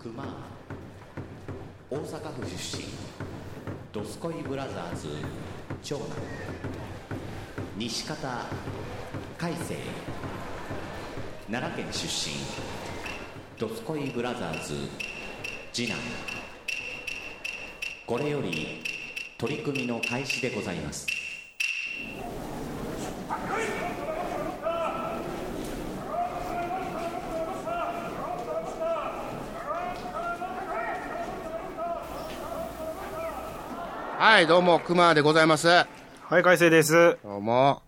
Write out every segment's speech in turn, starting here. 熊大阪府出身ドスコイブラザーズ長男西方海星奈良県出身ドスコイブラザーズ次男これより取り組みの開始でございますはい、どうも、熊でございます。はい、快晴です。どうも。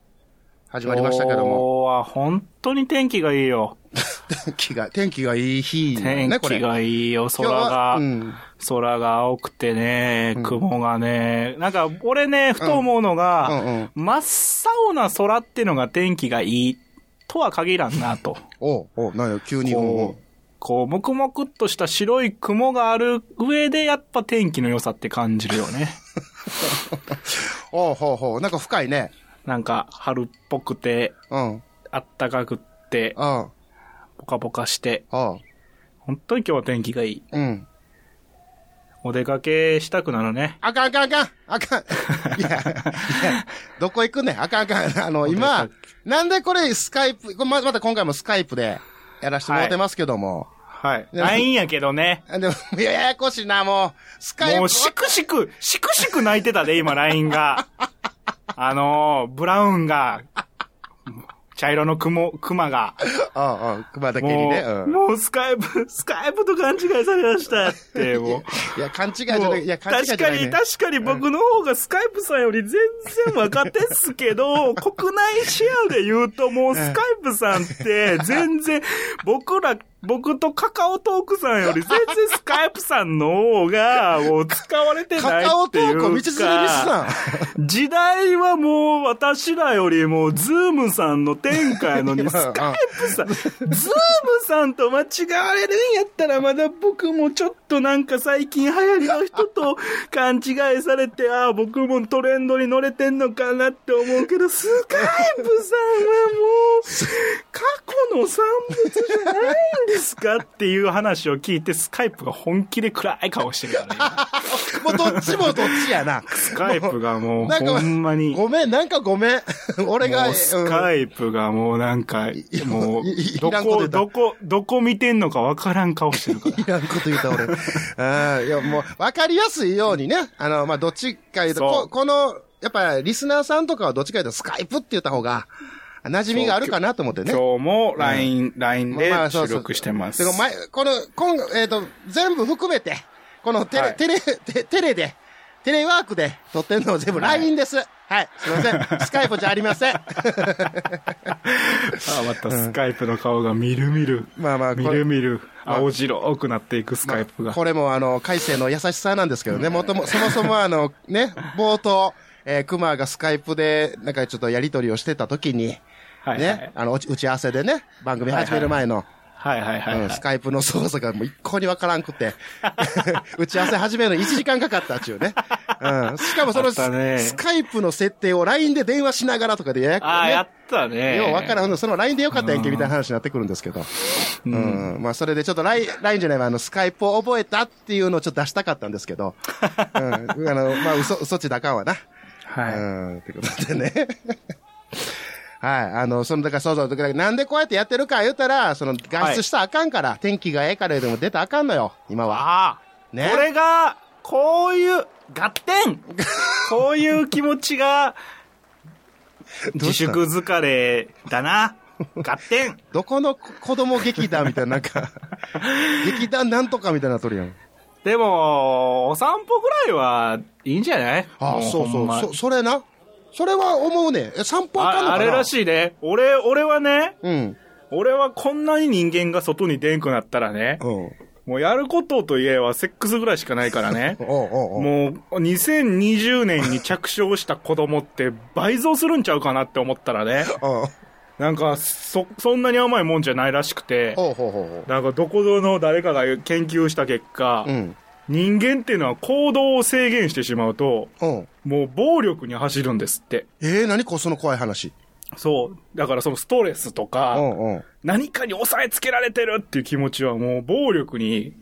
始まりましたけども。今日は本当に天気がいいよ。天 気が、天気がいい日ね、天これ。気がいいよ。今空日はが、うん空が青くてね、雲がね。なんか、俺ね、ふと思うのが、うんうん真っ青な空ってのが天気がいいとは限らんなと。おうおうなんよ、急に。おうこう、こう、もくもくっとした白い雲がある上で、やっぱ天気の良さって感じるよ ね。おうほうほう、なんか深いね。なんか、春っぽくて、うん、うん、あったかくって、あポカポカして、あ、本当に今日は天気がいい。うん。お出かけしたくなるね。あかんあかんあかんあかん いや、いや、どこ行くねんあかんあかん。あの、今、なんでこれスカイプ、これままた今回もスカイプでやらせてもらってますけども。はい。でもないんやけどね。あでも、いやややこしいな、もう。スカイプ。もう、しくしく、しくしく泣いてた で、今、LINE が。あのー、ブラウンが、茶色の雲、熊が。うんうん、熊だけにもう、ね。うんもうスカイプ、スカイプと勘違いされましたって、もう。いや、勘違いじゃもなうい。いや、勘違いじ確ゃなかい、ね。に、確かに僕の方がスカイプさんより全然若手っすけ ど、国内シェアで言うともうスカイプさんって全然、僕ら、僕とカカオトークさんより全然スカイプさんの方が、もう使われてなカいカオっトていークを道連れうにすか、な。 時代はもう私らよりもズームさんの天下や のに、今スカイプさん、ズームさんと間違われるんやったらまだ僕もちょっとなんか最近流行りの人と勘違いされて、ああ、僕もトレンドに乗れてんのかなって思うけど、スカイプさんはもう、過去の産物じゃないんですかっていう話を聞いて、スカイプが本気で暗い顔してるからね。 もうどっちもどっちやな。スカイプがもう、なんほか、んまに。ごめん、なんかごめん。 俺が、もうスカイプがもうなんか、もういい、どいらんこと言こ、ったどこ、どこ見てんのかわからん顔してるかうんいらんこと言った俺。あーいや、もう、わかりやすいようにね。あの、まあ、どっちか言うと、そうここの、やっぱ、リスナーさんとかはどっちか言うと、スカイプって言った方が、馴染みがあるかなと思ってら。ね。今日も LINE、LINE でまあそう収そう録してます。でも 前、この、今、えっ、と、全部含めて、このテレ、はいテレ、テテレで、テレワークで撮ってんのは全部 LINE です。はい、すいませ ん。スカイプじゃありません。あ、またスカイプの顔がみるみる。まあまあみこれるみる。青白くなっていくスカイプが。これもあの、改正の優しさなんですけどね、もとも、そもそもあの、ね、冒頭、えー、熊がスカイプで、なんかちょっとやりとりをしてた時に、はいはいね、あの、打ち打ち合わせでね、番組始める前の、はいはいはいはうんいス。カイプの操作がもう一向にわからんくて、 打ち合わせ始めるの1時間かかったっちゅうね。うん。しかもそあのっス,、たねカイプの設定を LINE で電話しながらとかでややこああ、やっね。たね。ようわからんの、その LINE でよかったやんけみたいな話になってくるんですけど。うん。まあ、それでちょっと LINE、LINE じゃないわ、あの、スカイプを覚えたっていうのをちょっと出したかったんですけど。うん。あの、まあ、嘘、嘘ちだかんわな。はうん、ってことでね。 はい。あの、その、だから、そうそう。だからなんでこうやってやってるか言うたら、その、外出したらあかんから、天気がええからでも出たらあかんのよ、今い。は。ああ、ねこれが、こういう、合点こういう気持ちが、どう自した粛疲れだな。合点どこの子供劇団みたいな、なん か、劇団なんとかみたいなとるやん。でも、お散歩ぐらいはいいんじゃないあもあ、そうほそんう。まそ、それな。それは思うね。え散歩あかんのああかなれらしいね。俺、俺はね、うん。俺はこんなに人間が外に出んくなったらね、うん。おう。もうやることといえばセックスぐらいしかないからね おうおうもう、2020年に着床した子供って倍増するんちゃうかなって思ったらね、おうなんか、そ、そんなに甘いもんじゃないらしくて、ほうほうほうほう。なんかどこぞの誰かが研究した結果、うん。人間っていうのは行動を制限してしまうと、うん。もう暴力に走るんですって。ええー、何こう、その怖い話。そう。だからそのストレスとうか、んうん。何かに押さえつけられてるっていう気持ちはもう暴力に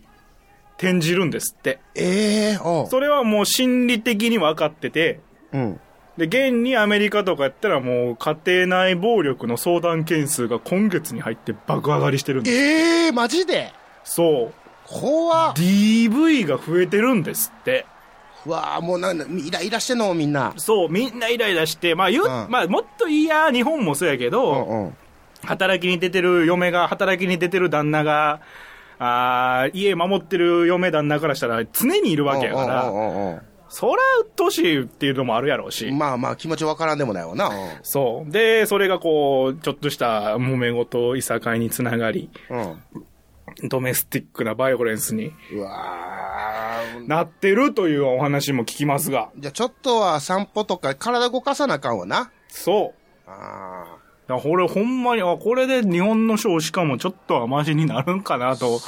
転じるんですって。ええおう。それはもう心理的に分かってて、うん。で、現にアメリカとかやったらもう家庭内暴力の相談件数が今月に入って爆上がりしてるんです。ええマジでそう。怖っ。 DV が増えてるんですって。うわあもうなんだ、イライラしてんのみんな。そう、みんなイライラして、まあ言う、うんまあもっといや、日本もそうやけうど、んうん。働きに出てる嫁が、働きに出てる旦那が、あー家守ってる嫁旦那からしたら常にいるわけやかうんうら、んうんうんそらうっとうしいっていうのもあるやろうし。まあまあ、気持ちわからんでもないわな。そう。で、それがこう、ちょっとした揉め事、いさかいにつながり、うん。ドメスティックなバイオレンスにうわーなってるというお話も聞きますが、じゃあちょっとは散歩とか体動かさなあかんわな。そう。あだからこれほんまに、あ、これで日本の少子化もちょっとはマシになるんかなと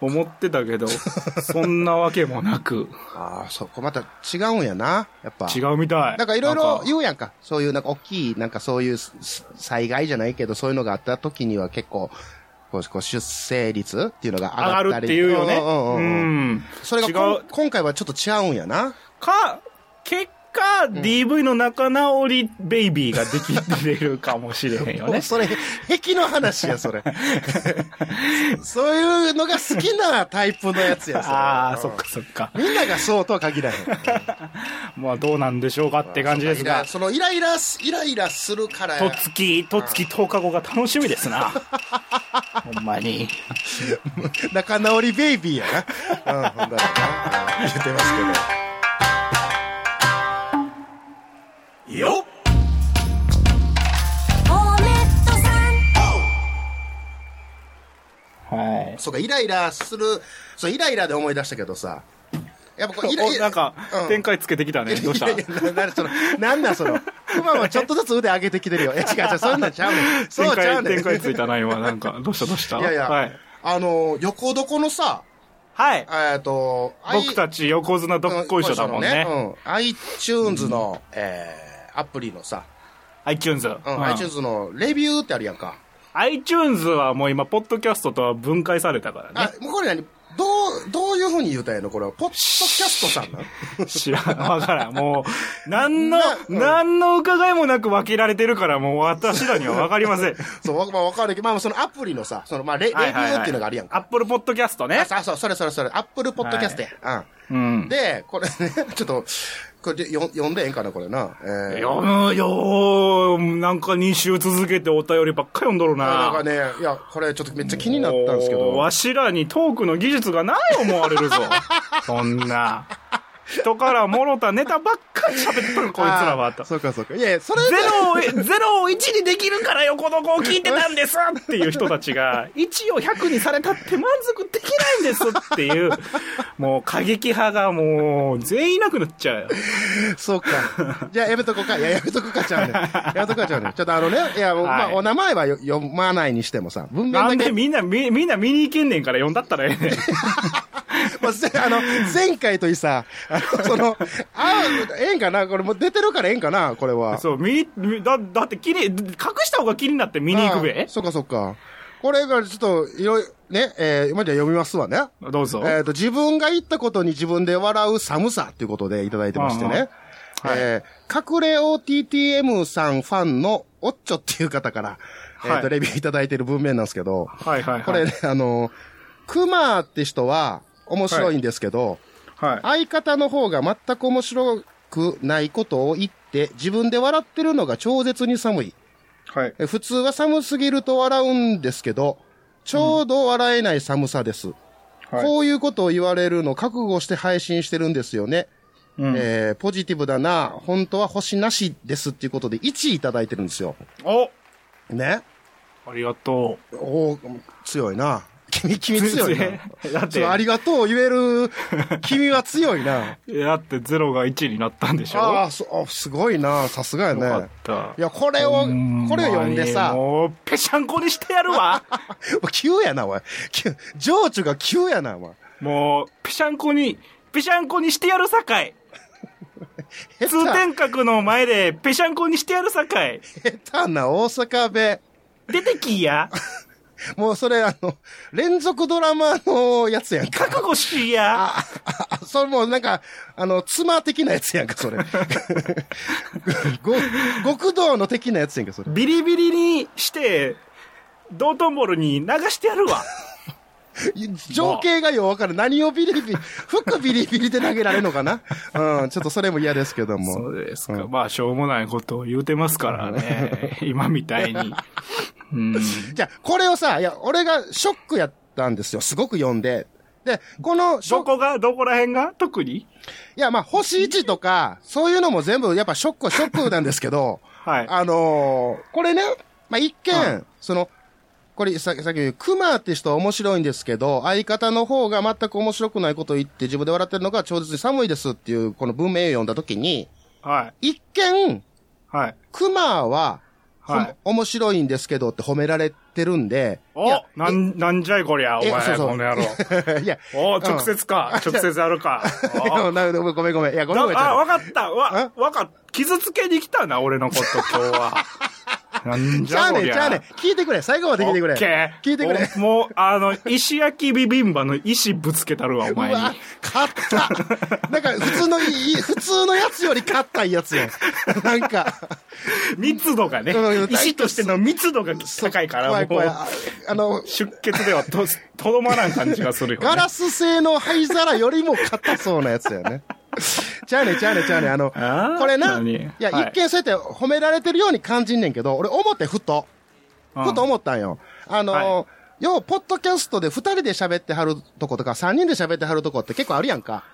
思ってた けど、そんなわけもなく、ーあー、そこまた違うんやな。やっぱ。違うみたい。なんかいろいろなんか言うやんか。そういうなんか大きい、なんかそういうすす災害じゃないけど、そういうのがあった時には結構、こうこう出生率っていうのが上上ががるっったりていうよね。んんううんうんん。それが違こうん今回はちょっと違うんやな。か、結果、DV の仲直りベイビーができてるかもしれへんよもねう。 それ、壁の話や、そ れ。そういうのが好きなタイプのやつや、それ。ああ、そっうんかそっか。みんながそうとは限らへん。まあどうなんでしょうかって感じですイがラ、そのイライラす、イライラするから、とつき、とつき10日後が楽しみですな。 ほんまに。仲直りベイビーやな。うん、ほんだらな言ってますけど。よっおめっとさんはい。そうか、イライラする、そう、イライラで思い出したけどさ、やっぱこう、イライおラ、なんか、うん展開つけてきたね。どうしたいやいやななそのなんなんその、熊もちょっとずつ腕上げてきてるよ。いや、違う違う、そんなんちゃうねん。そ展うちゃうね開、ん。展開ついたな、今。なんか、どうしたどうしたいやいや、はい。あの、横床のさ、はい。えっと、僕たちち横綱どっこいしょだもんね。うん。iTunes の、えーアプリのさ、 iTunes。うんうん iTunes のレビューってあるやんか。 iTunes はもう今、ポッドキャストとは分解されたからあね。、もうこれ何どう、どういうふうに言うたんやのこれは、ポッドキャストさん なの知らん。わか らん。もう、何のな、うん何の伺いもなく分けられてるから、もう私らにはわかり ません。そう、わまあわかるけど、まあそのアプリのさ、そのまあレレビューっていうのがあるやんか。アップルポッドキャストねあ。そうそう、それそれそれ、アップルポッドキャストや。ううん。ん。で、これね、 ちょっと、これでよ読んでええんかな、これな。えーよむよーなんか2週続けてお便りばっか読んどるな。なんかね、いや、これちょっとめっちゃ気になったんですけもうどわ、しらにトークの技術がない思われ るぞ。そんな。人からもろたネタばっかり喋っとる、こいつらは。 とそうかそうか。いやいや、それゼロを、ゼロを1にできるから横の子を聞いてたんですっていう人たちが、1を100にされたって満足できないんですっていう、もう過激派がもう全員いなくなっちゃうよ。そう か。じゃあやめとこうか。いや、やめとこうかちゃうねん。やめとこうかちゃうねん。ちょっとあのね、いや、もうはいまあ、お名前はよ読まないにしてもさ、文な面んだでけ、みんな、みみんな見に行けんねんから呼んだったらええねん。まあ、せ あの、前回といいさ、あの、その、あ、ええんかなこれもう出てるからええんかなこれ は。そう、見に、見だ、だってきれい、隠した方が気になって見に行くべあ。そっかそっか。これがちょっと、いろいろ、ね、えー、まあじゃあ読みますわね。どうぞ。えっと、自分が言ったことに自分で笑う寒さっていうことでいただいてましてね。うんうんはいえー隠れ OTTM さんファンのおっちょっていう方から、えっはと、いレビューいただいてる文面なんですけど、はいはいはい。これね、あの、クマって人は面白いんですけど、はい。相方の方が全く面白くないことを言って、自分で笑ってるのが超絶に寒い。はい。え普通は寒すぎると笑うんですけど、ちょうど笑えない寒さです。こういうことを言われるの覚悟して配信してるんですよね。うんえーポジティブだな、本当は星なしですっていうことで1位いただいてるんですよ。おね。ありがとう。おー強いな。君、君強いな。だっそうあて、りがとうを言える、 君は強いな。だってゼロが1になったんでしょああ、そうあ、すごいな。さすがやよかねっ。たい。や、これを、これを読んでさ、もう、ぺしゃんこにしてや るわ。急やな、おい。急情緒が急やな、お前。もう、ぺしゃんこに、ぺしゃんこにしてやるさかい。通下天閣の前でぺしゃんこにしてやるさかい。手、下手な大阪弁。出てきいや。もうそれ、あの、連続ドラマのやつやんか。 覚悟しいや。あ、ああそれもうなんか、あの、妻的なやつやんか、それ。 ご極道の的なやつやんか、それ。ビリビリにして、道頓堀に流してやるわ。情景がようわからん何をビリビリ、服ビリビリで投げられるのかなうん、ちょっとそれも嫌ですけども。そうですか。まあ、しょうもないことを言うてますから ね。今みたいに。うん。じゃあ、これをさ、いや、俺がショックやったんですよ。すごく読んで。で、このショどック、こが、どこら辺が特にいや、まあ、星1とか、そういうのも全部、やっぱショックはショックなんですけど、はい。あのーこれね、まあ、一見、はその、これさ、さっき言う、クマって人は面白いんですけど、相方の方が全く面白くないことを言って自分で笑ってるのが超絶に寒いですっていう、この文明を読んだときに、はい。一見、はい。クマは、ほんはい面白いんですけどって褒められてるんで、い やおなん、なんじゃいこりゃ、おえ前、そうそうこの野郎。いや、おん直接か。直接や るか。いやおなごめんごめんごめん。いや、ごめんごめん。だあ、ちょっわかった。わ、わかった。傷つけに来たな、俺のこと、今 日は。なんとじじゃゃあこね、りじゃあゃ。ね、聞いてくれ。最後まで聞いてくれオッケ。ー聞いてくれ。おもう、あの、石焼きビビンバの石ぶつけたるわ、おう前に。わ、勝った。なんか、普通のいい、普通のやつより勝ったや つやん。なんか、密度がねうん、石としての密度が高いから、怖いも怖い。う、ああの、出血ではと、とどまらん感じがするよ、ね。ガラス製の灰皿よりも硬そうなやつやね。じゃあね、じゃあね、じゃあね、あの、あーこれな、何いや、はい一見そうやって褒められてるように感じんねんけど、俺思ってふと、うんふと思ったんよ。あの、は要は、ポッドキャストで二人で喋ってはるとことか、三人で喋ってはるとこって結構あるやんか。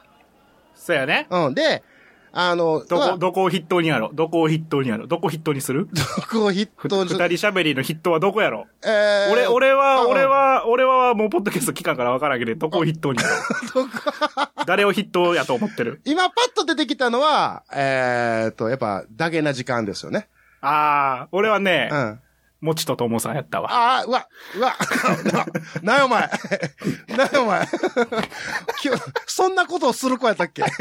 そうやね。うん。で、あの、どまあこ、どこを筆頭にやろうどこを筆頭にやろうどこ筆頭にするどこを筆ふ頭二にす人る喋りの筆頭はどこやろうえー俺、俺うは、ん俺は、俺はもうポッドキャスト期間からわからんけど、どこを筆頭にやろう誰を筆頭やと思ってる今パッと出てきたのは、えーっと、やっぱ、ダゲな時間ですよね。ああ、俺はねうん。、あもちとともさんやったわ。あー、うわ、うわ、 な、なんやお前。 なんやお前。 きゅそんなことをする子やったっけ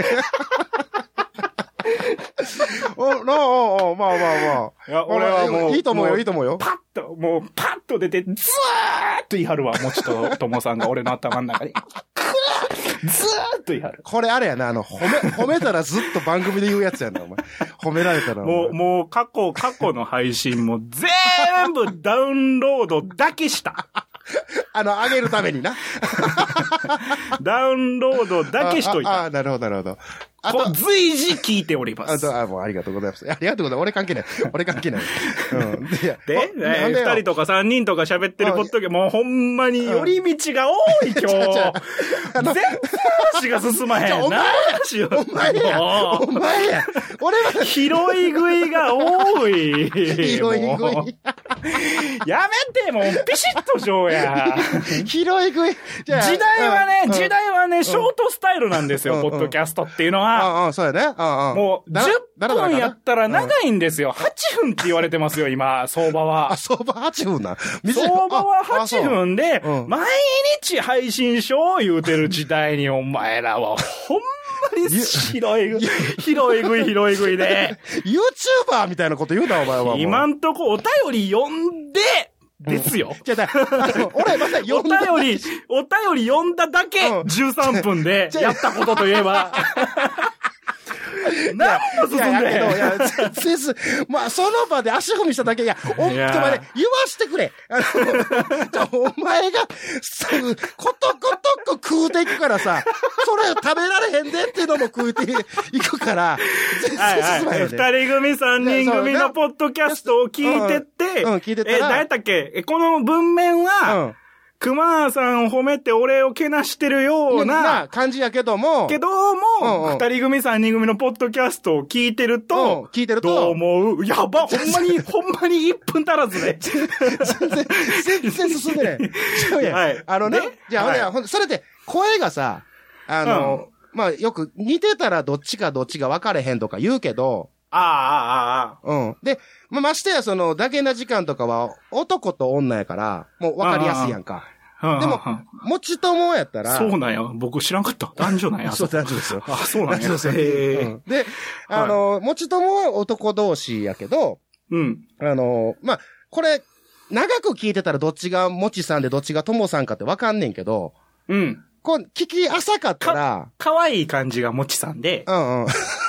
お、なお、お、お、まあまあまあ。いや俺はもういいと思うもよ、ういいと思うよ。パッと、もうパッと出て、ずーっと言い張るわ、もちとともさんが俺の頭の中に。ずーっと言い張る。これあれやな、あの、褒め、 褒めたらずっと番組で言うやつやな、お前。褒められたら。お前もう、もう過去、過去の配信も全部ダウンロードだけした。あの、上げるためにな。 ダウンロードだけしといああた。あ、なるほど、なるほど。あことう、随時聞いておりまあす。と、あ、もうありがとうございます。いやありがとうございます。俺関係ない。俺関係ない。うん。で、いやで、おなんでね、よ二人とか三人とか喋ってるポッドキャもうほんまに寄り道が多 い、今日。全違う然話が進まへん。じゃあお前や何しようお前やもお前や俺はう、拾い食いが多 い。拾いも食うい。やめて、もう、ピシッとしようや。 拾い食い。じゃあ時代はうんね、時代はね、ショートスタイルなんですうんよ、うポんッドキャストっていうのうは。んうん、そうやね。うんうん。もう、だらだ10らだら分かなやったら長いんですよ。8分って言われてますよ、今、相場はあ、。相場8分な。短い相場はああそう8分でう、ん毎日配信しよう言うてる時代にお前らは、ほんまに拾い食い、拾い食い、拾い食 いで、 YouTuber みたいなこと言うな、お前は。もう今んとこお便り読んで、ですよ。じゃあだあの俺まだお読ん便だ。り、お便り読んだだけ、うん13分 で、やったことといえば。何も進いんでや、やけど、いへん。や、全然す、まあ、その場で足踏みしただけ、いや、おっとまいでやー言わしてくれ。あの、じゃあお前が、そうことごとく食うていくからさ、それ食べられへんでっていうのも食うていくから、 全はい然は進まへい。んで。二人組、三人組のポッドキャストを聞いてって、うんうん聞いてたらえ、誰やったっけえこの文面うは、ん。熊さんを褒めて俺をけなしてるようなな、感じやけども、けどうんうも、ん二人組、三人組のポッドキャストを聞いてるうんと、聞いてるとどう思う やば、ほんまに、ほんまに1分足らずね。全然、全然進んでない。そうや、はいあのねで、じゃあ、ほんではいほんでそれで、声がさ、あの、まあ、よく似てたらどっちかどっちが分かれへんとか言うけど、ああ、ああ、ああ。うん。で、まあ、ましてや、その、だけな時間とかは、男と女やから、もう分かりやすいやんか。はあでもは、もちともやったあら、そうなんや。僕知らんかった。男女なん や。そう、男女ですよ。あ、そうな ん男や。女ですよへうえん。で、あの、もちともは男同士やけど、うん。あの、まあ、これ、長く聞いてたらどっちがもちさんでどっちがともさんかってわかんねんけど、うん。こう、聞き浅かったら、可愛い感じがもちさんで、うんうん。う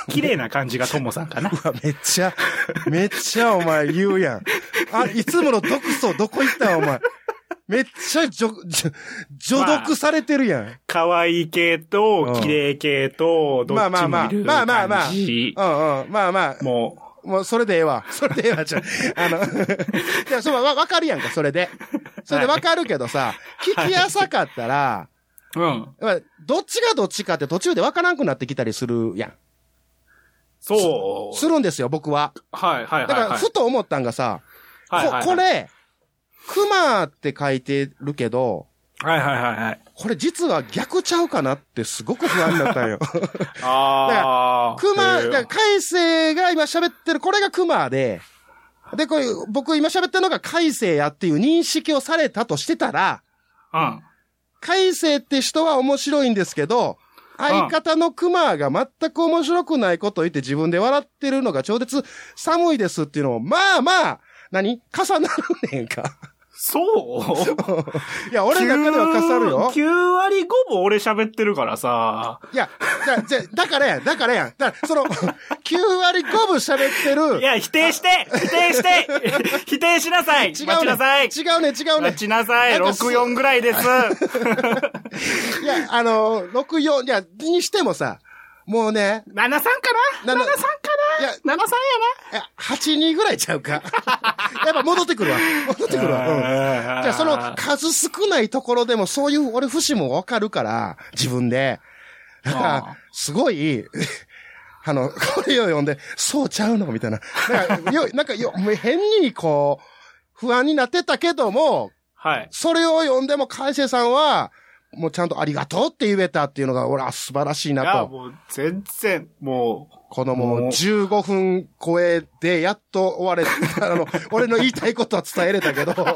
綺麗な感じがともさんかな。わ、めっちゃ、めっちゃお前言うやん。あ、いつもの毒素どこ行ったんお前。めっちゃじょ、じょ、除毒されてるやん。 可愛い系とうん、綺麗系と、どっまあまちあまあもいる感じ。まあまあまあうんうん。まあまもあ、もうそれでええわ。それでええわ、じゃあ。あの、 いや、そう、わ、わかるやんか、それで。それでわかるけどさ、聞きやさかったら、う、うん。やっぱどっちがどっちかって途中でわからんくなってきたりするやん。そう。するんですよ、僕は。はいはだかいはいはら、い。ふと思ったんがさ、こはいはいはいこ、れ、熊って書いてるけど、はいはいはいはい。これ実は逆ちゃうかなってすごく不安だったんよ。ああ。熊、へえだから海星が今喋ってる、これが熊で、で、これ、僕今喋ってるのが海星やっていう認識をされたとしてたら、うん。海星って人は面白いんですけど、相方の熊が全く面白くないことを言って自分で笑ってるのが超絶寒いですっていうのを、まあまあ、何重なるねんか。そういや、 俺の中では重なる よ。 9, 割5分俺喋ってるからさ。いや、じゃ、じゃ、だからやん、だからやん。だから、その、9割5分喋ってる。いや、否定して否定して 否定しなさい違う待ちねなさん。い違うねん、違うね待ん。ちなさいなんかす !64 ぐら いです。いや、あの、64、いや、にしてもさ、もうね、 73かな ?73 かなななや ?73 やないや82ぐらいちゃうか。 やっぱ戻ってくるわ。戻ってくるわ。うん。じゃあ、その数少ないところでもそういう、俺、節もわかるから、自分で。だかあらあ、すごい、 あの、これを読んで、そうちゃうのみたいな。なんか、よ、なんかよ、もう変にこう、不安になってたけども、はい。それを読んでも、海星さんは、もうちゃんとありがとうって言えたっていうのが、俺は素晴らしいいなや、と。もう全然、もこのもうもう15分超えでやっと終われた、あの、俺の言いたいことは伝えれたけど、た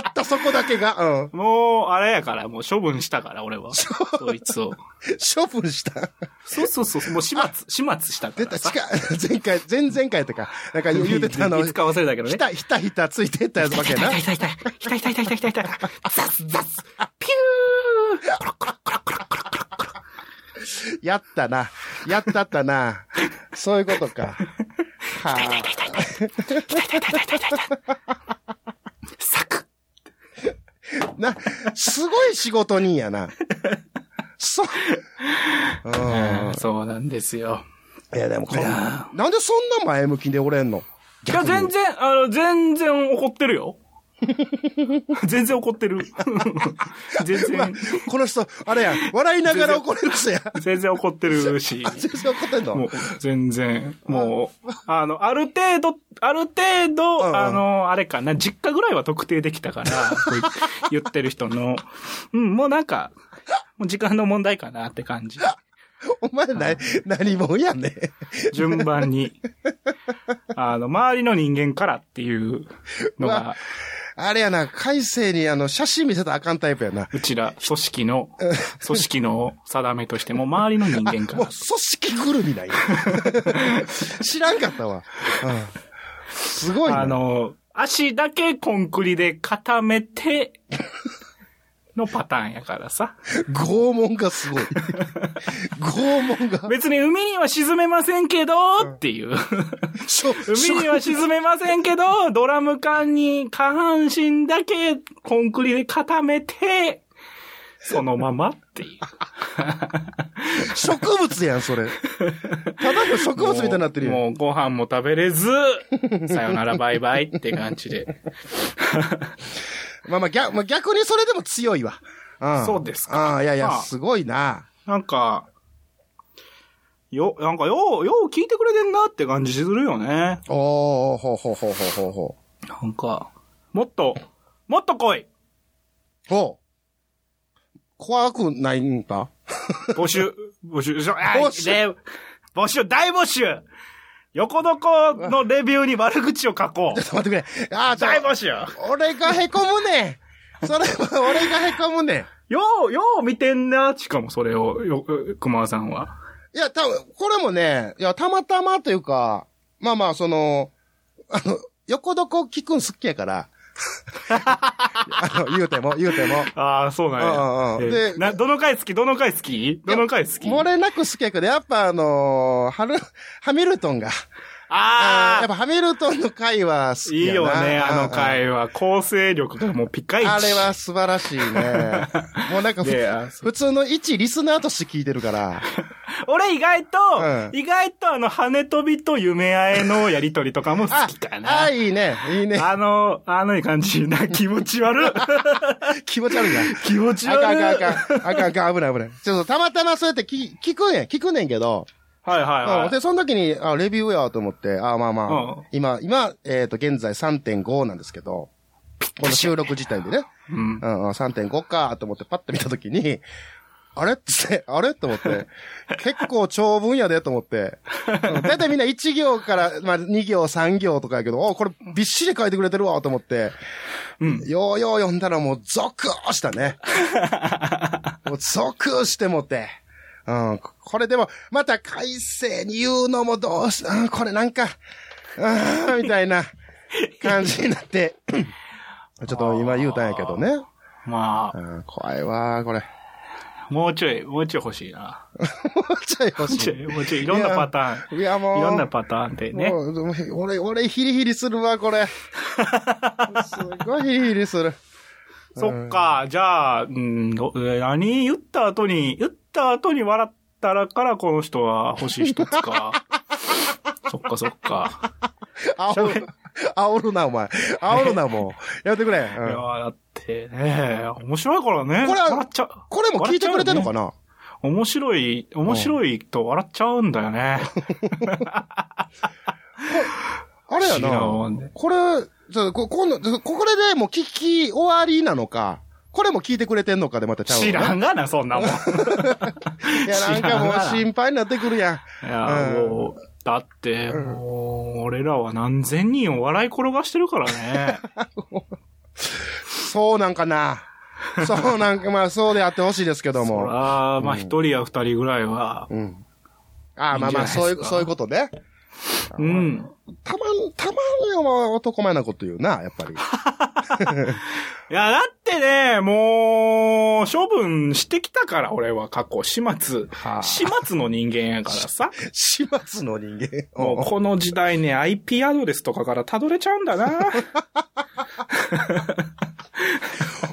ったそこだけが、うんう、、もう、あれやから、もう処分したから、俺は。そいつを。処分した。そうそうそう、もう始末、始末したか出らた、さ。近い、前回、前々回とか、なんか言うてたあの、いつか忘れたけどねひ。たひたひたついてったやつわけやな。痛い痛い痛い痛い痛い痛い痛い痛いザスザスピューコロコロコロコロコロコロコロやったな。やったったな。そういうことか。はあ痛い痛い痛い痛い痛い痛い痛い痛いサクな、すごい仕事人やな。そう。うん。そうなんですよ。いや、でもこんいやなんでそんな前向きでおれんのいや、逆に全然、あの、全然怒ってるよ。全然怒ってる。全然、この人、あれやん、笑いながら怒れる人やん。全然怒ってるし。あ全然怒ってんのもう、全然、もう、あの、ある程度、ある程うん度、うんあの、あれかな、実家ぐらいは特定でき たから、こう言ってる人の、うん、もうなんか、もう時間の問題かなって感じ。お前な、何もんやね。順番に。あの、周りの人間からっていううのが、あれやな、海星にあの、写真見せたらあかんタイプやな。うちら、組織の、組織の定めとして、もう周りの人間 かもう組ら。織ぐるみなんや。 知らんかったわ。うん、すごいな。あの、足だけコンクリで固めて、のパターンやからさ。拷問がすごい。拷問 が。別に海には沈めませんけど、っていう。しょ海には沈めませんけど、ドラム缶に下半身だけコンクリで固めて、そのままっていう。植物やん、それ。ただの植物みたいになってるよ。もうもうご飯も食べれず、さよならバイバイって感じで。まあまあ逆、まあ、逆にそれでも強いわ。うん、そうですか。ああ、いやいやま、あすごいな。なんか、よ、なんかよう、よう聞いてくれてんなって感じするよね。おー、ほうほうほうほうほうほ。なんか、もっと、もっと来いうほう。怖くないんか募集、募集、しょ募集で募集、大募集横床のレビューに悪口を書こ ちょっと待ってくれ。ああ、う。大募集。集俺がへこむね。それは俺が凹むねん。よう、よう見てんな、しかもそれを、よ、熊尾さんは。いや、多分これもね、いや、たまたまというか、まあまあ、その、あの、横床聞くん好きやから。 あの、言うても、言うても。ああ、そうなんや。うんうんうんえーでな、どの回好きどの回好きどの回好き漏れなく好きやけど、やっぱあのーハル、ハミルトンが。あーやあっぱハミルトンの回は好あ、いきいやな。よね、あのうんうん。回は。構成力がもうピカイチ。あれは素晴らしいね。もうなんかふ、であそ普通の一リスナーとして聞いてるから。俺意外と、うん意外とあの、羽飛びと夢あえのやりとりとかも好きかあな。あ、あいいね。いいね。の、 あのいい感じな、気持ち悪い。気持ち悪いな。 気持ちあかんあ悪い。かんあかん。あかんあかん、危ない危ない。ちょっとたまたまそうやって聞聞くんや、聞くねんけど。はいはいはういん。で、その時に、あ、レビューやと思って、あ、まあまあ、うん今、今、えっ、と、現在3.5なんですけど、この収録時点でね、うんうん、うん3.5かと思ってパッと見た時に、あれって、あれと思って、結構長文やでと思って、うんだいたいみんな1行から、まあ、2行、3行とかやけど、おこれびっしり書いてくれてるわと思って、うんようよう読んだらもうゾクーしたね。もうゾクーしてもって。うん、これでも、また改正に言うのもどうし、うん、これなんか、あーみたいな感じになっ て。ちょっと今言うたんやけどね。まうん、怖いわー、これ。あ、もうちょい、もうちょい欲しいな。もうちょい欲もうちしょい、もうちょい、いろんなパターン。 い。いや、もう。いろんなパターンでね。もうもう俺、俺、ヒリヒリするわ、これ。すごいヒリヒリ する。そっか、じゃあ、うんどえー何言った後に、言った後に笑ったらからこの人は欲しい一つ か。そっかそっか。煽る。煽るな、お前。煽るな、もう。やめてくれ。いうんやーだってね、面白いからね。これは笑っちゃう。これも聞いてくれてんのかな面白い、面白いと笑っちゃうんだよね。あれや不思議なもんなで。これ、ちょっとこ、この、ここれでもう聞き終わりなのか、これも聞いてくれてんのかでまたちゃうわ知らんいがな、そ んなもん。いや、なんかもう知らんわ心配になってくるやん。や、うんもう、だって、もう、俺らは何千人を笑い転がしてるからね。そうなんかな。そうなんか、まあそうであってほしいですけど ほも。ら、まあ一人や二人ぐらいは、うん。ああ、まあまいいあ、んじゃなそいいうでう、すかそういうことね。うん。たまん、たまんよ、まあ男前なこと言うな、やっぱ り。いや、だってね、もう、処分してきたから、俺は過去、始末。はあ始末の人間やから さ。始末の人間。もう、この時代ね、IP アドレスとかから辿れちゃうんだな。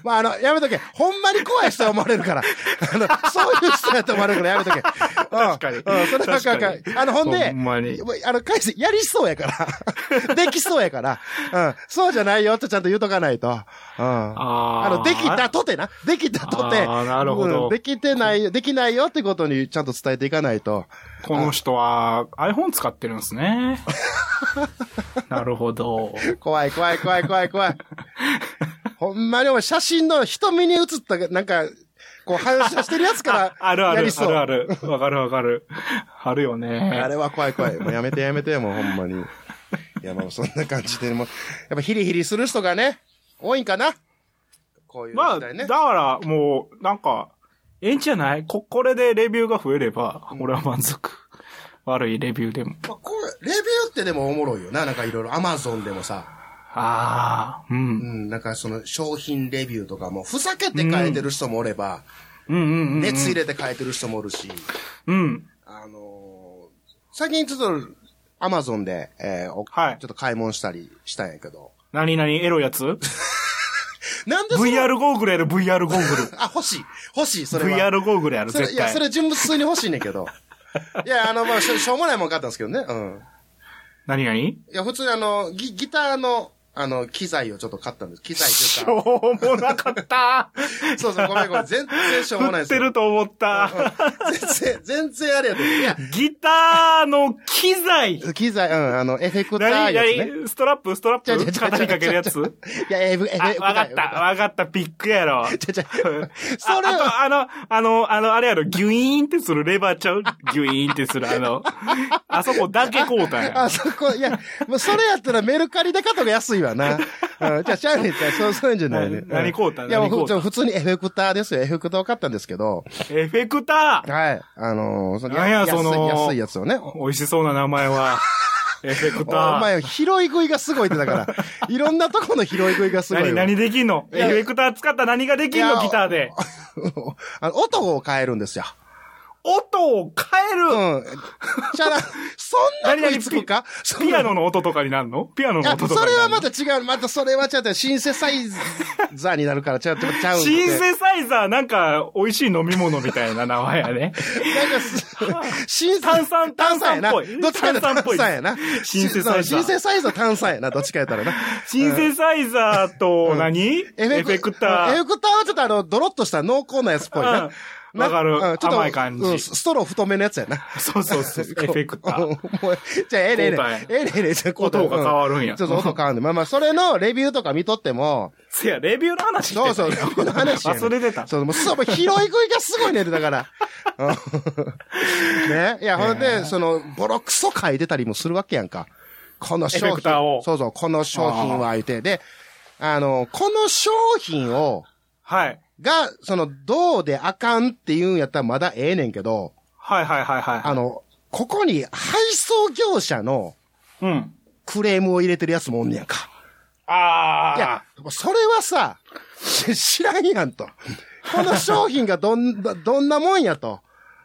まあ、あの、やめとけ。ほんまに怖い人は思われるから。 あの、そういう人やと思われるからやめと け。確かにうん、それはあかんあか確かん。あの、ほんで、ほんまにあの、返せ、やりそうやから。 できそうやから。うん、そうじゃないよってちゃんと言うとかないと。うん。ああの、できたとてな。できたとて。あーなるほどうんできてない、できないよってことにちゃんと伝えていかないと。この人は iPhone 使ってるんで すね。なるほど。怖い怖い怖い怖い 怖い。ほんまにお前写真の瞳に映った、なんか、こう反射してるやつから、あるあやるり、そあうるある。わかるわかる。あるよあね。れは怖い怖い。もうやめてやめて、もうほんまに。いや、もうそんな感じで、もう、やっぱヒリヒリする人がね、多いんかな。こういうまあ、時代だね。から、もう、なんか、ええんじゃないこ、これでレビューが増えれば、俺は満足。悪いレビューでも。まあ、こうレビューってでもおもろいよな。なんかいろいろ、アマゾンでもさ、ああ、う。うんん、なんかその商品レビューとかも、ふざけて書いてる人もおれば、うんうんうん。熱入れて書いてる人もおるし、うん。あのー最近ちょっと、アマゾンで、えーおはいちょっと買い物したりしたんやけど。なになにエロいやつなんでその ?VR ゴーグルやる、VR ゴーグル。あ、欲しい。欲しい、それは。 VR ゴーグルやる、それ、絶いや、対そ。れ純粋に欲しいねんけど。いや、あの、まあしょ、しょうもないもん買ったんですけどね。うん。なになにいや、普通にあの、ギ、ギターの、あの、機材をちょっと買ったんです。機材しというょうもなか った。か。そうそう、ごめんごめん。全然しょうもない振でっすてよ。ると思った。全然、全然あれやで。いや、ギターの機材。機材、うん、あの、エフェクター何やつね。何ストラップストラッちょちょプちょ肩にかけるやついや、エフエフェあクター。わかった、わかった、ピックやろ。ちょちょ。そああれは、と、あの、あの、あの、あれやろ、ギュイーンってするレバーちゃうギュイーンってする、あの、あそこだけ買うたんや。あそこ、いや、もうそれやったらメルカリで買った方が安いわ な。うんじゃあ、しゃあねえじゃあそう、そういうんじゃないね。何何買うたいや、もう何買ふちうたょ普通にエフェクターですよ。エフェクターを買ったんですけど、エフェクターはい。あのーそのなんや安いその安いやつをね。美味しそうな名前は。エフェクタおー。前、拾い食いがすごいってだ から、いろんなとこの拾い食いがすごいわ。何、何できんのいエやフェクター使ったら何ができんいのやギターで。 あの音を変えるんですよ。音をう変えるん。じゃあな、そんな食いつくかそんピなアノの音とかになるのピアノいのや、音とそかになるれのはまた違う。またそれはちゃうと、シンセサイザーになるから、ちゃう、ちゃう、ちゃうんで。シンセサイザーなんか美味しい飲み物みたいな名前やね。なんかす、シンセ炭酸炭酸やな。炭酸どっっぽいちかや炭酸っぽい炭酸やな。シンセサイザーシンセサイザー炭酸やな。どっちかやったらな。シンセサイザーと何、エエフフェェククタター。ー。エフェクターはちょっとあの、ドロッとした濃厚なやつっぽいな。うんわかるなうんちょっと甘い感じうんストロー太めのやつやな。そうそうそう。エフェ クタうんー。もうじゃあ、ええねええ交代ねええねええねじゃあ交代音が変わるんやうちょっと音変わるんで。まあまあ、それのレビューとか見とっても、せや、レビューの話してたそよう そう、この話やね。忘れてた。そう、もう、そう、もう拾い食いがすごいねって、だから。うん ね。いや、ほんええで、その、ボロクソ書いてたりもするわけやんか。この商エフェ品。クターをそうそう、この商品は相手で、あの、この商品を、はい。が、その、どうであかんっていうんやったらまだええねんけど、はいはいはいはあの、ここに配送業者のい。うん。クレームを入れてるやつもおんねやんか。あー。いや、それはさ、し知らんやんと。この商品がど んな、どんなもんやと。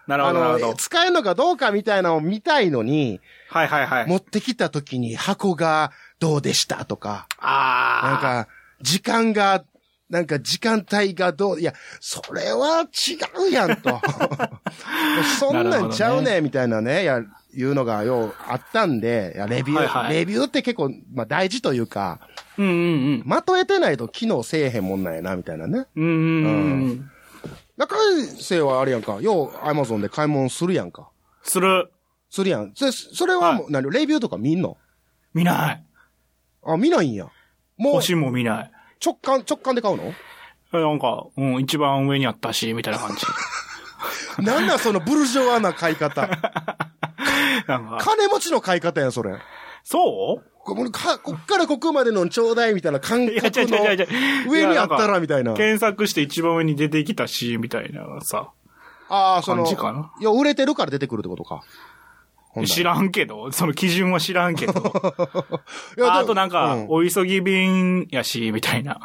なるあほどなるほの、ど。使えるのかどうかみたいなのを見たいのに、はいはいはい。持ってきた時に箱がどうでしたとか、なんあか、時間が、なんか時間帯がどう、いや、それは違うやん と。そんなんちゃうなるほどね、みたいなね、いや、いうのがようあったんで、いやレビュー、はいはいレビューって結構、まあ大事というか、ー。うんうんまとえてないと機能せえへんもんなんやな、みたいなね。うん。うんうんうん。中生はあれやんか、よう、アマゾンで買い物するやんか。する。するやん。それ、それはもう、何、レビューとか見んの見ない。あ、見ないんや。もう星、も見ない。直感、直感で買うのなんか、うん、一番上にあったし、みたいな 感じ。なんなんそのブルジョワな買い方。なんか、金持ちの買い方やん、それ。そうここかこっからここまでのちょうだいみたいな感いや、違覚う違う違う違う。の上にあったらみたいな。検索して一番上に出てきたし、みたいなさ。ああ、その、感じかないや、売れてるから出てくるってことか。ほんなら知らんけど、その基準は知らんけど。いやあだあとなんか、うんお急ぎ便やし、みた いな。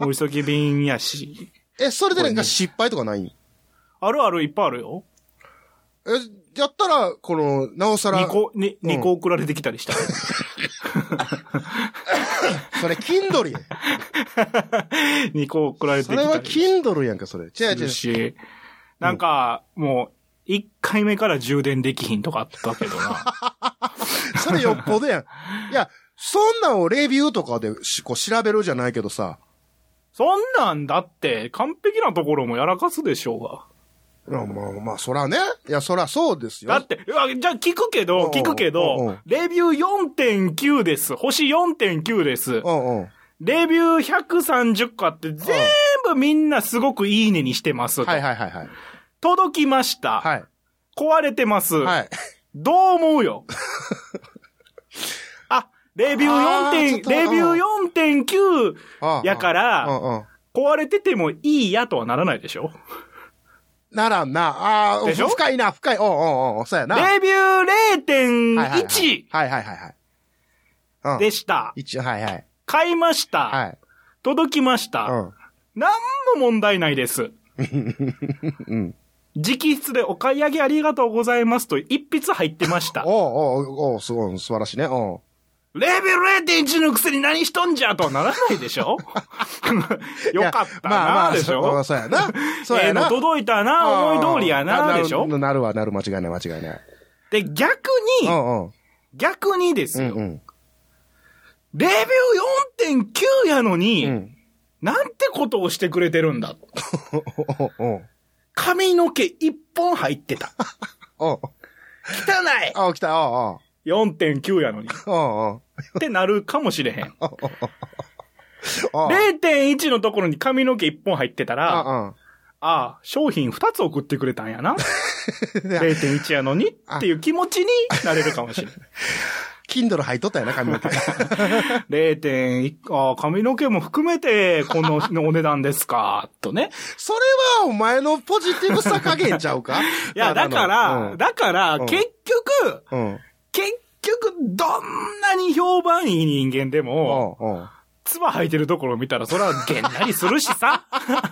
お急ぎ便やし。え、それでなんか失敗とかないんあるあるいっぱいあるよ。え、やったら、この、なおさら2、個、にん二個送られてきたりした。 それ、Kindle や。 2個送られてそきれはたり Kindle やんか、それ。違うす違るう。し。なんか、もう、1回目から充電できひんとかあったけ どな。それよっぽどやん。いや、そんなんをレビューとかでしこう調べるじゃないけどさ、そんなんだって、完璧なところもやらかすでしょうが。いやまあまあ、そらね。いや、そらそうですよ。だって、うわじゃあ聞くけど、うん聞くけうどん、レビュー4.9です。星4.9ですう。んうん。レビュー130個あって、全部みんなすごくいいねにしてます。はいはいはいはい。届きました、はい。壊れてます。はい。どう思 うよあ、レビューあーちょ4っ点、とレビューあ4.9やかうら、んうん。壊れててもいいやとはならないでしょならんな。ああ、でしょ深いな、深い。おうんうんうん。そうやな。レビューはいはいはい0.1はいはいはいはい。うん。でした。一応、はいはい。買いました。はい。届きました。うん。何も問題な いです。直筆でお買い上げありがとうございますと一筆入ってました。おうおうおうおうすごい、素晴らしいね。おうレベル0.1のくせに何しとんじゃとはならないで しょよかったいやまあまなあ、でしそううょんそうやな。そうええやのな。届いたな、思い通りうやんうんな、るでしょなるわ、なる、間違いない、間違いない。で、逆うに、んうん。逆にですうよん。うん。レビュー4.9やのに、んなんてことをしてくれてるんだ。おうおう髪の毛一本入ってた。おう汚いあ、来た、おう !4.9 やのに。っおうおうおうてなるかもしれへん。おう0.1のところに髪の毛1本入ってたら、あああ、商品2つ送ってくれた んやな。うん。 0.1やのにっていう気持ちになれるかもしれない。 Kindle 入っとったよな、髪の毛。 0.1、あー髪の毛も含めて、このお値段ですか、とね。それはお前のポジティブさ加減ちゃうかいや、だかうら、んだからう、ん結局、うん。結局、どんなに評判いい人間でも、うんうん唾吐いてるところを見たら、それはげんなりするしさ。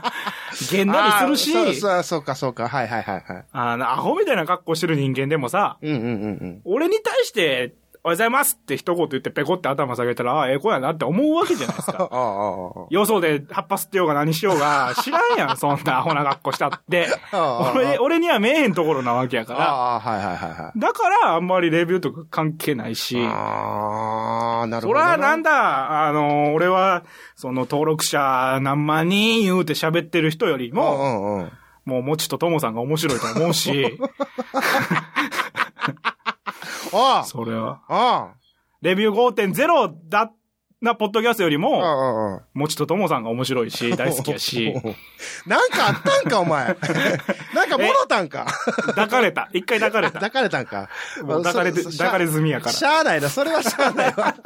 げんなりすあるーしそう、そうそうか、そうか。はいはいはいはい。あの、アホみたいな格好してる人間でもさ、うんうんうんうん。俺に対して、おはようございますって一言言ってペコって頭下げたら、ああ、ええ子やなって思うわけじゃないですああ、 か。ああ、ああ。よそで葉っぱ吸ってようが何しようが、知らんやん、そんなアホな格好したって。 ああ俺、俺には見えへんところなわけやから。ああ、はいはいはいはい。だから、あんまりレビューとか関係ないし。ああ、なるそほど。ら、なんだ。だ、あの、俺は、その登録者何万人言うて喋ってる人よりうも、んうんうん。もう、もちとともさんが面白いと思うし、ああ、それは。あレビュー5.0だ、な、ポッドキャストよりあ、あも、あ、ああ。もちとともさんが面白いし、 大好きやし、なんかあったんか、お前。 なんかもろたんか。抱かれた。一回抱か れた。抱かれたんか。もう抱かれて、そそ抱かれ済みやかしゃあないな、それはしゃあないわ。ら。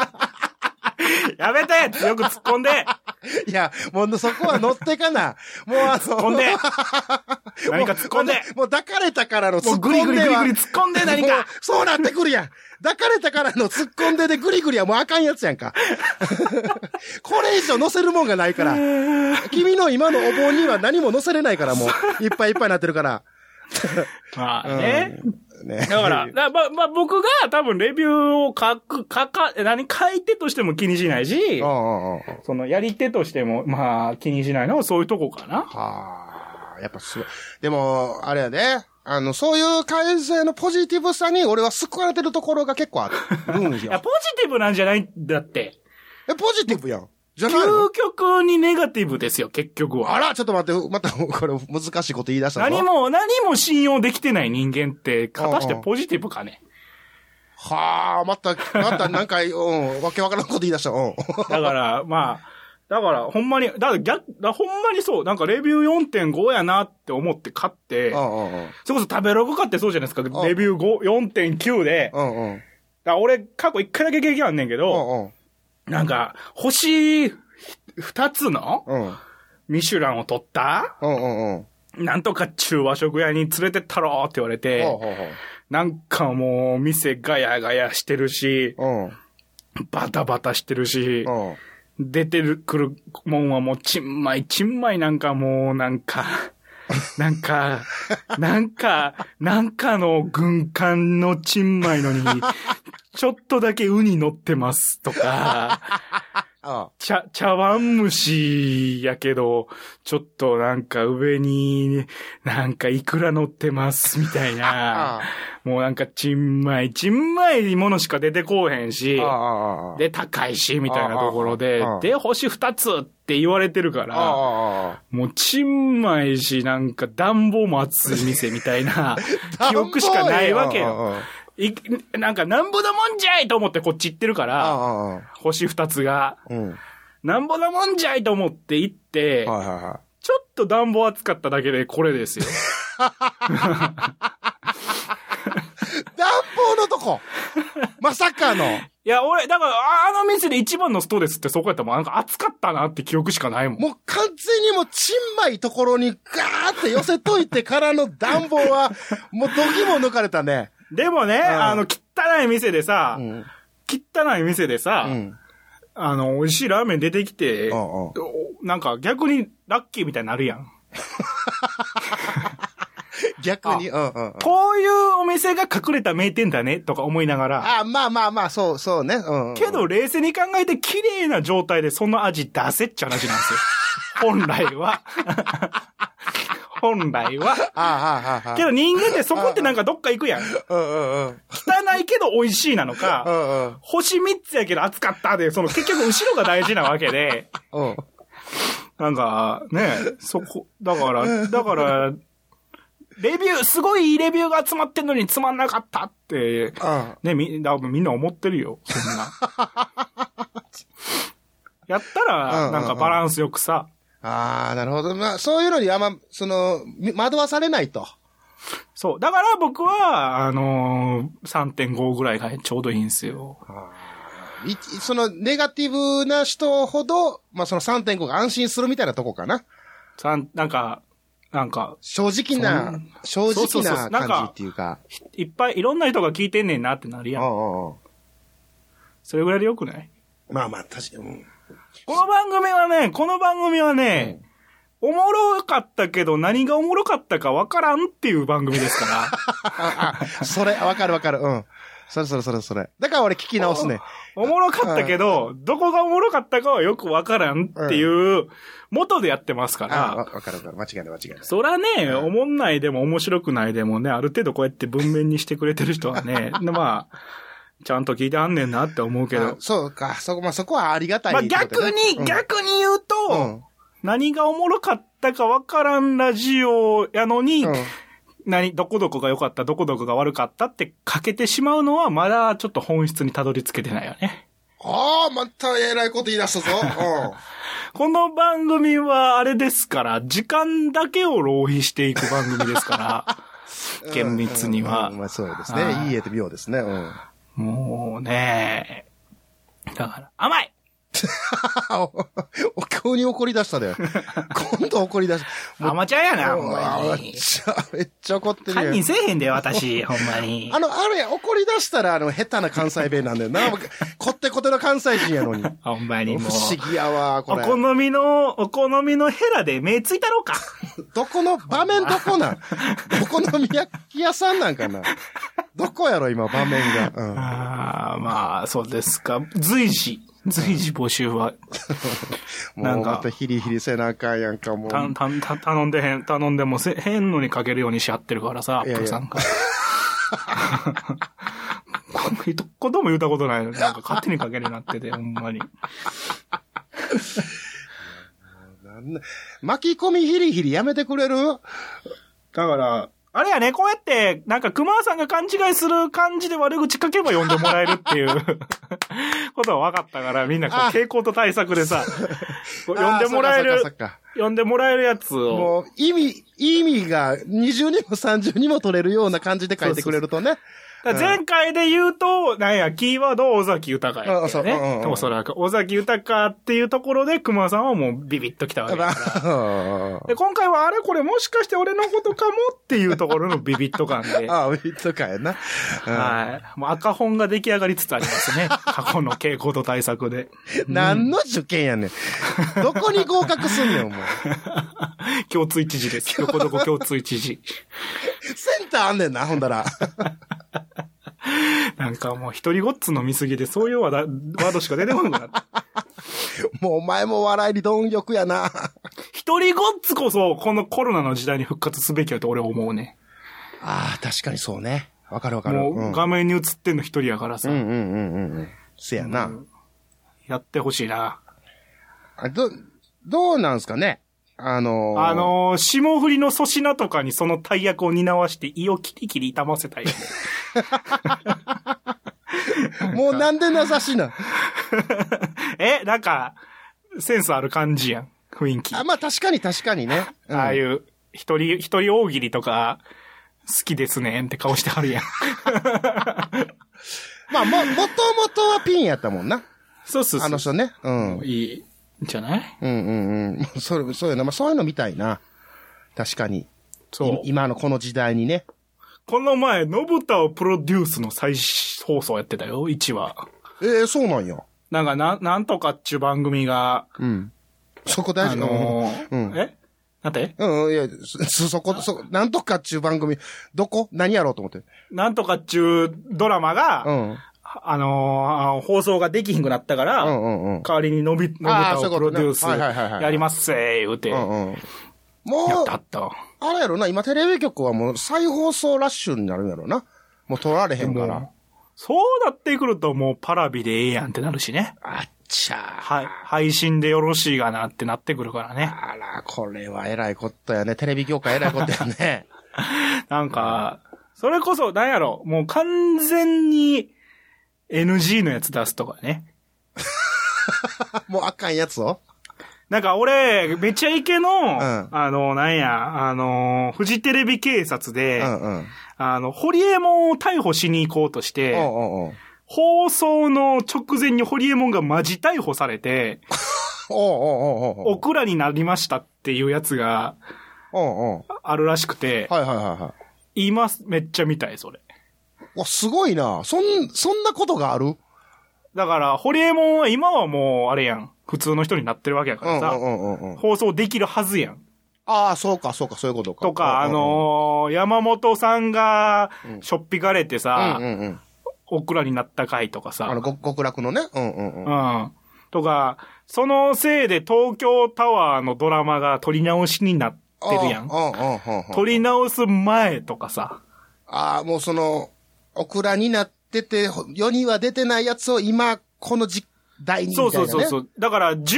やめてよく突っ込んでいや、もうそこは乗ってかな。もうあの、突っ込 んで 何か突っ込んでもう抱かれたからのも突うっグリ込グんリでグリはグリ突っ込んで何かもうそうなってくるやん。抱かれたからの突っ込んででグリグリは もうあかんやつやんか。これ以上乗せるもんがない から。君の今のお盆には何も乗せれないからもう、いっぱいいっぱいになってるから。まあね。ね。だから、だまあ、まあ、僕が多分レビューを書く、書か、何書いてとしても気にしないしうん、うんうんうん。そのやり手としても、まあ、気にしないのはそういうとこかな。はあ、やっぱすごい。でも、あれやね。あの、そういう改正のポジティブさに俺は救われてるところが結構ある んいや、よ。ポジティブなんじゃないんだって。え、ポジティブやん。じゃないの究極にネガティブですよ、結局は。あら、ちょっと待って、また、これ難しいこと言い出したぞ。何も、何も信用できてない人間って、果たしてポジティブかね。はあ、また、またなんか、うん、わけわからんこと言い出した。うん。 だから、まあ、だから、ほんまに、だから逆、だほんまにそう、なんかレビュー4.5やなって思って買って、うんうんうん。それこそ食べログ買ってそうじゃないですか、レビュー5 4.9で、だかうんうん。ら俺、過去1回だけ経験あんねんけうど、んうん。なんか、星2つのうん。ミシュランを取った、うんうんうん。なんとか中和食屋に連れてったろって言われて、ほうほうなんかもう、店ガヤガヤしてるし、ほう。バタバタしてるしう、ん。うん。出てるくるもんはもう、ちんまい、ちんまいなんかもう、なんか、 なんか、なんか、なんかの軍艦のちんまいのに、ちょっとだけウニ乗ってますとか、あ茶、茶碗蒸しやけど、ちょっとなんか上に、なんかイクラ乗ってますみたいなあ。。もうなんか、ちんまい、ちんまいものしか出てこうへんしああ。、ああ。で、高いし、みたいなところでああ、で、星二つって言われてるかああら、ああ。、もう、ちんまいし、なんか、暖房も熱い店みたいな 記憶しかないわけうんうんよ。いなんか、なんぼのもんじゃいと思ってこっち行ってるかあら、あ。ああ。星二つが、うん。はなんぼのもんじゃいと思って行っいて、はいはちょっと暖房熱かっただけでこれです よ。い。暖房のとこまさかの。いや、俺、だから、ああの店で一番のストレスってそこやったもん。なんか暑かったなって記憶しかないもん。もう完全にもうちんまいところにガーって寄せといてからの暖房は、もうどぎも抜かれたね。でもね、んあの、汚い店でさ、うん。汚い店でさ、うん。あの、美味しいラーメン出てきて、うんうんおなんか逆にラッキーみたいになるやん。逆に、うんうんうん。こういうお店が隠れた名店だね、とか思いながら、あ、まあまあまあ、そう、そうね。うんうん。けど冷静に考えて綺麗な状態でその味出せっちゃう話なん ですよ。本来は。 本来は。ああ、ああ、ああ。けど人間ってそこってなんかどっか行くやん。うんうんうん。汚いけど美味しいなのか、うんうん。星3つやけど暑かったで、その結局後ろが大事なわけで、うん。なんか、 ね、そこ、だから、だから、レビュー、すごいいいレビューが集まってんのにつまんなかったって、あね、み、だみんな思ってるよ、そんな。 やったうんうんら、うんなんかバランスよくさ、あー、なるほど。まあ、そういうのにあんま、その、み惑わされないと。そう。だから僕は、あのー、3.5ぐらいがちょうどいいんですよ。いその、ネガティブな人ほど、まあ、その3.5が安心するみたいなとこかな。三なんか、なんか、正直な、正そうそ直うそなうなんか感じっていうか。いっぱいいろんな人が聞いてんねんなってなるや。うんんうんうんそれぐらいでよくないまあまあ、確かに。うんこの番組はね、この番組はね、おもろかったけど何がおもろかったかわからんっていう番組ですから。 それ、わかるわかる。うん。それそれそれそれ。だから俺聞き直すね。おもろかったけど、どこがおもろかったかはよくわからんっていう、元でやってますかああ、わら、わかるわかる。間違いない間違いない。そらね、おもんないでも面白くないでもね、ある程度こうやって文面にしてくれてる人 はね、まあ、ちゃんと聞いてあんねんなって思うけあど。そうか。そこ、まあそこはありがたいまあってこと逆ね、に、逆に言ううと、ん何がおもろかったかわからんラジオやのに、うん。うん何、どこどこが良かった、どこどこが悪かったってかけてしまうのは、まだちょっと本質にたどり着けてないよね。ああ、また偉いこと言い出したぞ。この番組はあれですから、時間だけを浪費していく番組ですから、 うん。 厳密にはうん。まあそうですはね。いいい絵で妙ですね。うん。 もうね、だから、甘いあお、お急に怒り出した で。今度怒り出した。もう甘ちゃんやな、ほんあめまっに。ちゃ、めっちゃ怒って堪るや忍ん。せえへん で、私、ほんまにあ。の、あれや、怒り出したら、あの、下手な関西弁なんだよな。僕こってこての関西人や のに。不ほんまにもう。思議やわ、こおれ。好みの、お好みのヘラで目ついたろうか。どこの、場面どこ なんどこの焼き屋さんなんかなどこやろ、今、場面が。ああ、まあ、そうですか。随時、随時募集は、うん。なもんう、かまたヒリヒリせなあかんやんか、もう。たん、たん、た、頼んでへん、頼んでもせ、変のにかけるようにし合ってるからさ、アいやいやップルさんが。こんな一言も言ったことないのに、なんか勝手にかけるようになってて、ほんまに。なんな巻き込みヒリヒリやめてくれるだから、あれやね、こうやって、なんか熊さんが勘違いする感じで悪口書けば読んでもらえるっていうことは分かったから、みんなこうあ傾向と対策 でさ、こう読んでもらえあーそっかそっかそる、っか読んでもらえるやつを、もう、意味、意味が20にも30にも取れるような感じで書いてくれるとね。だから前回で言うと、なんや、キーワードは尾崎豊やあったそうようんうんね。うんおそらく。尾崎豊っていうところで、熊さんはもうビビッときたわけだだかから。らで、今回はあれこれもしかして俺のことかもっていうところのビビッと感で。ああ、ウィットかやな。はい。もう赤本が出来上がりつつあります ね。過去の傾向と対策で。 何の受験やねん。どこに合格すんねん、お前。共通一時です。どこどこ共通一時。センターあんねんな、ほんだら。なんかもう一人ごっつ飲みすぎで、そういうワードワードしか出てこなく なった。もうお前も笑いに貪欲やな。一人ごっつこそ、このコロナの時代に復活すべきやと俺は思うね。ああ、確かにそうね。わかるわかる。もううん画面に映ってんの一人やからさう、んうんうんうんうん。せやな。やってほしいな。あど、どうなんすかねあのーあのー、霜降りの粗品とかにその大役を担わして胃をキリキリ痛ま せたいよね。 もうなんで名指しなん。え、なんか、センスある感じやん。雰囲気。あ、あまあ確かに確かにね。うんあいう、一人、一人大喜利とか、好きですねんって顔して はるやん。まあも、もともとはピンやったもんな。そうそうあのそ人ね。うん。う。いい、じゃないうんうんうん。それ、そうやな。まあそういうのみたいな。確かに。そうい。今のこの時代にね。この前、のぶたをプロデュースの再放送やってたよ、1話。ええそうなんや。なんか、なん、なんとかっちゅう番組が、うん。そこ大あ事、のーうんえなんてうん、うん、いや、そ、そこ、そ、なんとかっちゅう番組、どこ何やろうと思って。なんとかっちゅうドラマが、うん。あのー放送ができひんくなったから、うんうんうん代わりにのび、のぶあーたそういをうこプとねロデュースはいはいはいはいやりますせー、言うて、うやんうん。もっうた、ったわ。あれやろな、今テレビ局はもう再放送ラッシュになるんやろな。もう取られへんかでらも。そうなってくるともうパラビでええやんってなるしね。あっちゃはい。配信でよろしいがなってなってくるからね。あら、これはえらいことやね。テレビ業界えらいことや ね。なんか、それこそ、なんやろ、もう完全に NG のやつ出すとかね。もうあかんやつをなんか俺、めちゃイケの、んあの、なんや、あの、フジテレビ警察で、うんうん。あの、ホリエモンを逮捕しに行こうとして、おうおうおう放送の直前にホリエモンがマジ逮捕されて、おうおうおうおうオクラになりましたっていうやつがおうおうあるらしくて、はいはいはいは今めっちゃ見たい、それ。い。わ、すごいな。そん、そんなことがあるだから、ホリエモンは今はもう、あれやん。普通の人になってるわけやかうんうらさ、んうんうんうん。放送できるはずやん。ああ、そうかそうか、そういうことか。とうか、あんうんうん、のー山本さんが、しょっぴかれてさ、うんうんうん。オクラになった回とかあの、さ、ご極楽のね。うんうんうん。うん。とか、そのせいで東京タワーのドラマが撮り直しになってるやうんんう。んうんうんうん。撮り直す前とかさ、ああ、もうその、オクラになってて、ほ世には出てないやつを今、この時代にみたいそな、うね。そうそうそう。だから、10年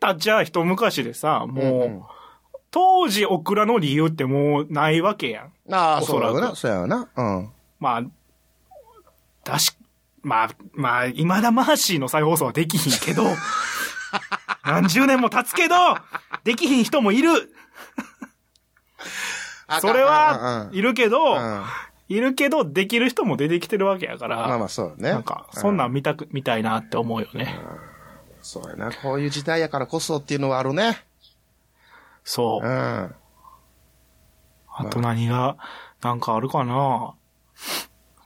経っちゃ一昔でさ、もう、うんうん当時オクラの理由ってもうないわけやん。ああ、おそそうらだくな。そうやな。うん。まあ、だし、まあ、まあ、今田マーシーの再放送はできひん けど、何十年も経つけど、できひん人もいる。あそれは、うんうんいるけど、うんいるけど、できる人も出てきてるわけやから、まあまあ、そうだね。なんか、そんなうん見たく、見たいなって思うよね。そうやな。こういう時代やからこそっていうのはあるね。そうう。ん。あと何が、なんかあるかな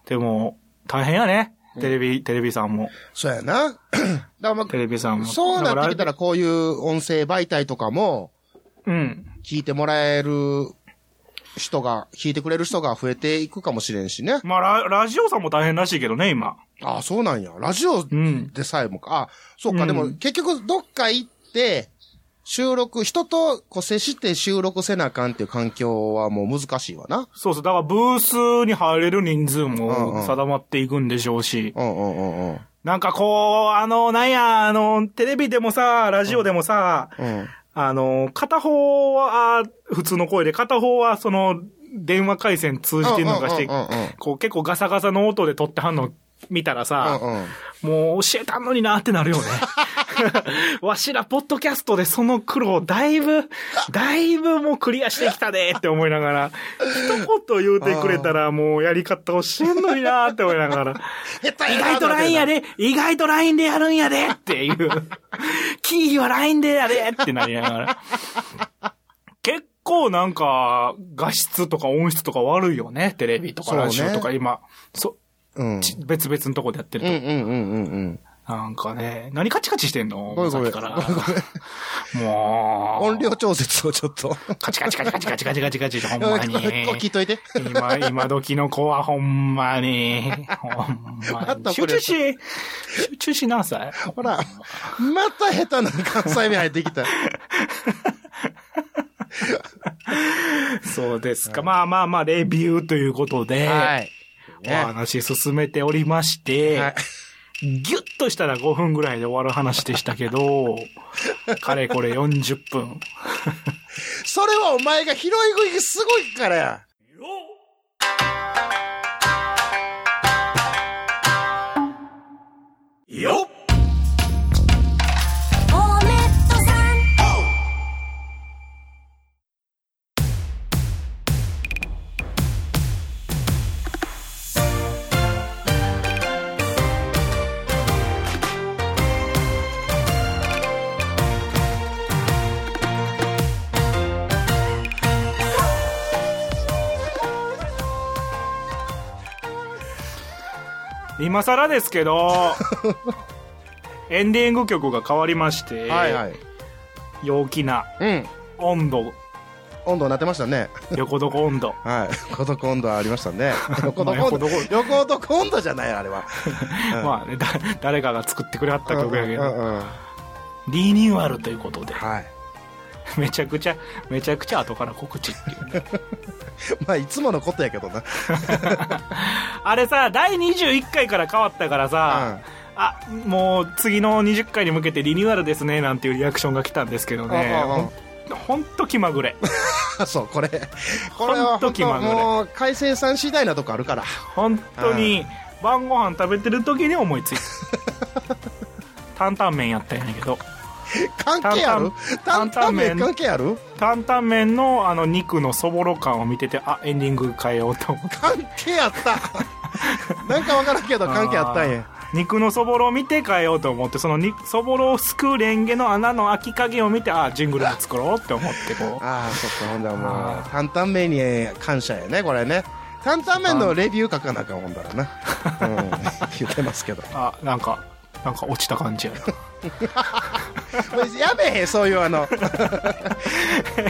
でも、大変やね。テレビ、テレビさんも。そうやな。 だからまテレビさんあ、も。そうなってきただからこういう音声媒体とかも、ら。うん。聞いてもらえる人が、聞いてくれる人が増えていくかもしれんしね。まあラ、ラジオさんも大変らしいけどね、今。ああ、そうなんや。ラジオうん。でさえもか。あ、そうか。うんでも、結局、どっか行って、収録、人とこう接して収録せなあかんっていう環境はもう難しいわな。そうそう。だから、ブースに入れる人数うんうんも定まっていくんでしょうし。うんうんうんうん。なんかこう、あの、なんや、あの、テレビでもさ、ラジオでもさ、うん。あの、片方は普通の声で、片方はその、電話回線通じてるのがしてうんうんうんうん、こう結構ガサガサの音で撮ってはんの見たらさ、うんうん。もう教えたんのになってなるよ ね。わしら、ポッドキャストでその苦労、だいぶ、だいぶもうクリアしてきたでって思いながら、一言言うてくれたら、もうやり方教えんのになって思いながら、意意外と LINE やで。で、意外と LINE でやるんやでっていう、キーは LINE でやでってなりながら。結構なんか、画質とか音質とか悪いよね、テレビとそかうねラジオとか今、そうん。ち別々のとこでやってるうと。んうんうんうんうん。なんかね、何カチカチしてんのごめんごめんさっきから。もう。音量調節をちょっと。カチカチカチカチカチカチカチカチ、ほんまに。聞いといて。今、今時の子はほんまに。ほんままたに。こ集れ中し、集中しなさい。ほら、また下手な関西弁入って きた。そうですか。まあまあまあ、レビューということで、はい。お話進めておりまして、はいギュッとしたら5分ぐらいで終わる話でしたけど、かれこれ40分。それはお前が拾い食いすごいからや。よっおめっとさん今更です けど、エンディング曲が変わりまして、はいはい。陽気なうん。温度、温度なってましたね。横床温度。はい。孤独温度あ りましたね。横まあ横床温度。横床温度じゃないあれは。まあね、だ誰かが作ってくれはった曲やけうんど、うんうんリニューアルということで、はい。めちゃくちゃ、めちゃくちゃ後から告知っていうね、 まあ、いつものことやけどな。あれさ、第21回から変わったからさ、あ、もう次の20回に向けてリニューアルですね、なんていうリアクションが来たんですけどね、うんうんうんほんほんと気まぐれ。そう、これ。これはほんと本気ま当ぐれもう、改正さん次第なとこあるから。本当に 晩ご飯食べてる時に思いついた担々麺やったんやけど関係ある担担々々麺担々麺関係ある担々麺のあの肉のそぼろ感を見ててあエンディング変えようと思って関係あった。 なんかわからんけど関係あったんや。ー肉のそぼろを見て変えようと思ってそのにそぼろをすくうレンゲの穴の開き加減を見てあジングルも作ろうって思ってこ うああ、そっか、ほんだらもあう、担々麺に感謝やね、これね。担々麺のレビュー書かなあかんほんだらな。 うん、言ってますけど。あなんかなんか落ちた感じやな やめへん、そういうあ の。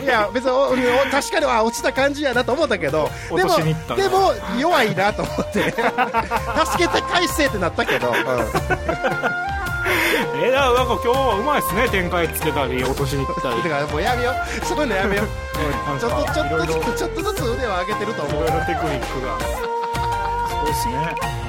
いや、別にお、お確かに、あ、落ちた感じやなと思ったけど、おで落もとしに行った、なでも、弱いなと思って、助けて返せってなったけど、うんえー、なんか今日はうまいっすね展開つけたり落としに行ったり だからもうやめよう、そういうのやめよう。なんちょっと、かちょっいろいろとずつ、ちょっとずつ腕を上げてるとい思ろうい。ろテクニックがそうですね